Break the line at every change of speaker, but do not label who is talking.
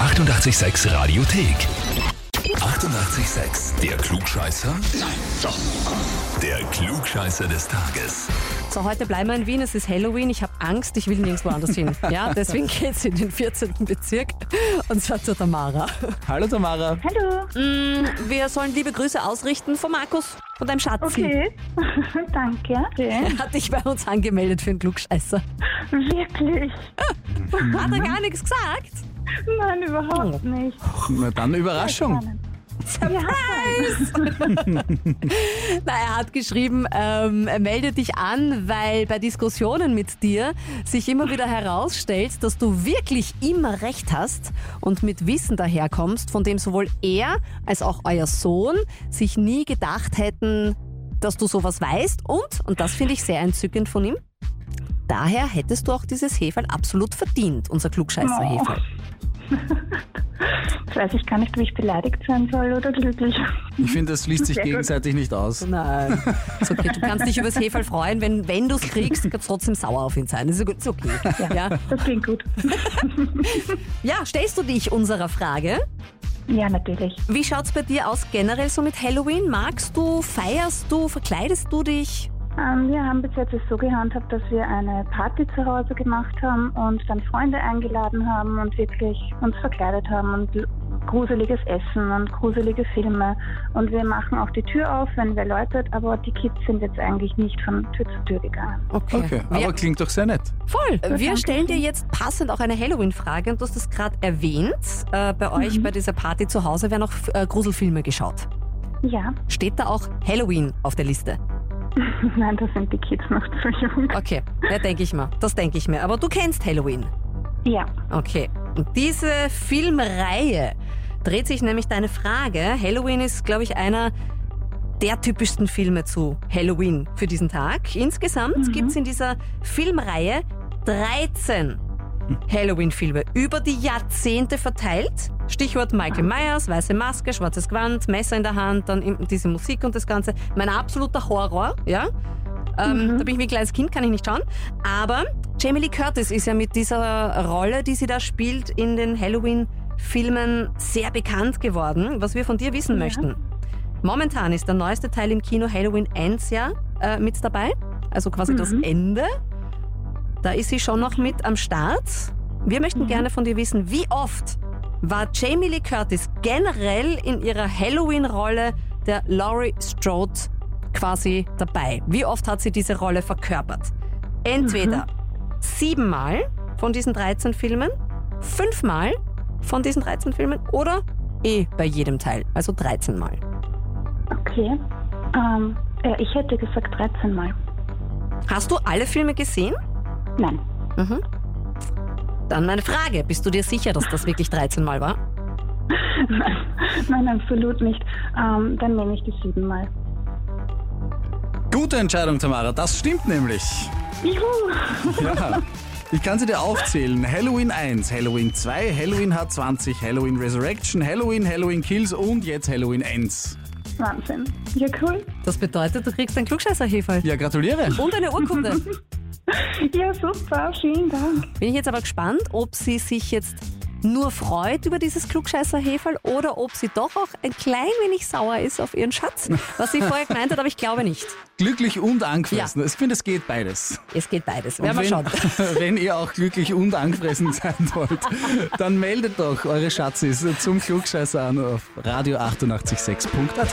886 Radiothek. 88,6. Der Klugscheißer? Nein, doch. Der Klugscheißer des Tages.
So, heute bleiben wir in Wien. Es ist Halloween. Ich habe Angst, ich will nirgendwo anders hin. Ja, deswegen geht's in den 14. Bezirk und zwar zur Tamara. Mm,
Hallo Tamara.
Hallo.
Wir sollen liebe Grüße ausrichten von Markus und deinem Schatzi.
Okay. Danke. Okay.
Er hat dich bei uns angemeldet für einen Klugscheißer.
Wirklich?
Mhm.
Hat er gar nichts gesagt?
Nein, überhaupt nicht.
Na dann Überraschung.
Spannend.
Surprise! Na, er hat geschrieben, ähm, melde dich an, weil bei Diskussionen mit dir sich immer wieder herausstellt, dass du wirklich immer recht hast und mit Wissen daherkommst, von dem sowohl er als auch euer Sohn sich nie gedacht hätten, dass du sowas weißt. Und, und das finde ich sehr entzückend von ihm, daher hättest du auch dieses Heferl absolut verdient, unser klugscheißer
Oh.
Heferl.
Jetzt weiß ich gar nicht, wie ich beleidigt sein soll oder glücklich.
Ich finde, das schließt sich gegenseitig nicht aus.
Oh Nein. Ist okay. Du kannst dich über das Heferl freuen. Wenn, wenn du es kriegst, kannst du trotzdem sauer auf ihn sein. Das ist okay. Ist okay. Ja.
Das klingt gut.
ja, stellst du dich unserer Frage?
Ja, natürlich.
Wie schaut's bei dir aus generell so mit Halloween? Magst du, feierst du, verkleidest du dich?
Ähm, wir haben bis jetzt es so gehandhabt, dass wir eine Party zu Hause gemacht haben und dann Freunde eingeladen haben und wirklich uns verkleidet haben und l- gruseliges Essen und gruselige Filme. Und wir machen auch die Tür auf, wenn wer läutet, aber die Kids sind jetzt eigentlich nicht von Tür zu Tür gegangen.
Okay,
Wer-
aber klingt doch sehr nett.
Voll. Äh, Wir
danke.
stellen dir jetzt passend auch eine Halloween-Frage und du hast es gerade erwähnt. Äh, bei euch bei dieser Party zu Hause werden auch äh, Gruselfilme geschaut.
Ja,
Steht da auch Halloween auf der Liste?
nein, da sind die Kids noch zu jung.
Okay, ja, denke ich mal. Das denke ich mir. Aber du kennst Halloween.
Ja,
Okay. Und diese Filmreihe dreht sich nämlich deine Frage. Halloween ist, glaube ich, einer der typischsten Filme zu Halloween für diesen Tag. Insgesamt gibt's gibt es in dieser Filmreihe 13 Halloween-Filme über die Jahrzehnte verteilt. Stichwort Michael Myers, weiße Maske, schwarzes Gewand, Messer in der Hand, dann eben diese Musik und das Ganze. Mein absoluter Horror, ja. Ähm, Da bin ich wie ein kleines Kind, kann ich nicht schauen. Aber Jamie Lee Curtis ist ja mit dieser Rolle, die sie da spielt, in den Halloween-Filmen sehr bekannt geworden. Was wir von dir wissen möchten. Momentan ist der neueste Teil im Kino Halloween Ends ja äh, mit dabei. Also quasi das Ende. Da ist sie schon noch mit am Start. Wir möchten gerne von dir wissen, wie oft war Jamie Lee Curtis generell in ihrer Halloween-Rolle der Laurie Strode quasi dabei? Wie oft hat sie diese Rolle verkörpert? Entweder siebenmal von diesen 13 Filmen, fünfmal von diesen 13 Filmen oder eh bei jedem Teil, also 13 Mal.
okay. Ähm, äh, ich hätte gesagt 13 Mal.
Hast du alle Filme gesehen?
Nein.
Dann meine Frage, bist du dir sicher, dass das wirklich 13 Mal war?
Nein, absolut nicht. Ähm, dann nehme ich die sieben Mal.
Gute Entscheidung, Tamara. Das stimmt nämlich.
Juhu!
Ja. Ich kann sie dir aufzählen. Halloween 1, Halloween 2, Halloween H20, Halloween Resurrection, Halloween, Halloween Kills und jetzt Halloween Ends.
Wahnsinn. Ja, cool.
Das bedeutet, du kriegst einen Klugscheißerheferl.
Ja, gratuliere.
Und eine Urkunde.
Ja, super. Vielen Dank.
Bin ich jetzt aber gespannt, ob sie sich jetzt nur freut über dieses Klugscheißerheferl oder ob sie doch auch ein klein wenig sauer ist auf ihren Schatz, was sie vorher gemeint hat, aber ich glaube nicht.
Glücklich und angefressen. Ich finde, es geht beides.
Es geht beides.
Und
Werden wir schauen.
wenn, wenn ihr auch glücklich und angefressen sein wollt, dann meldet doch eure Schatzis zum Klugscheißer an auf radio886.at.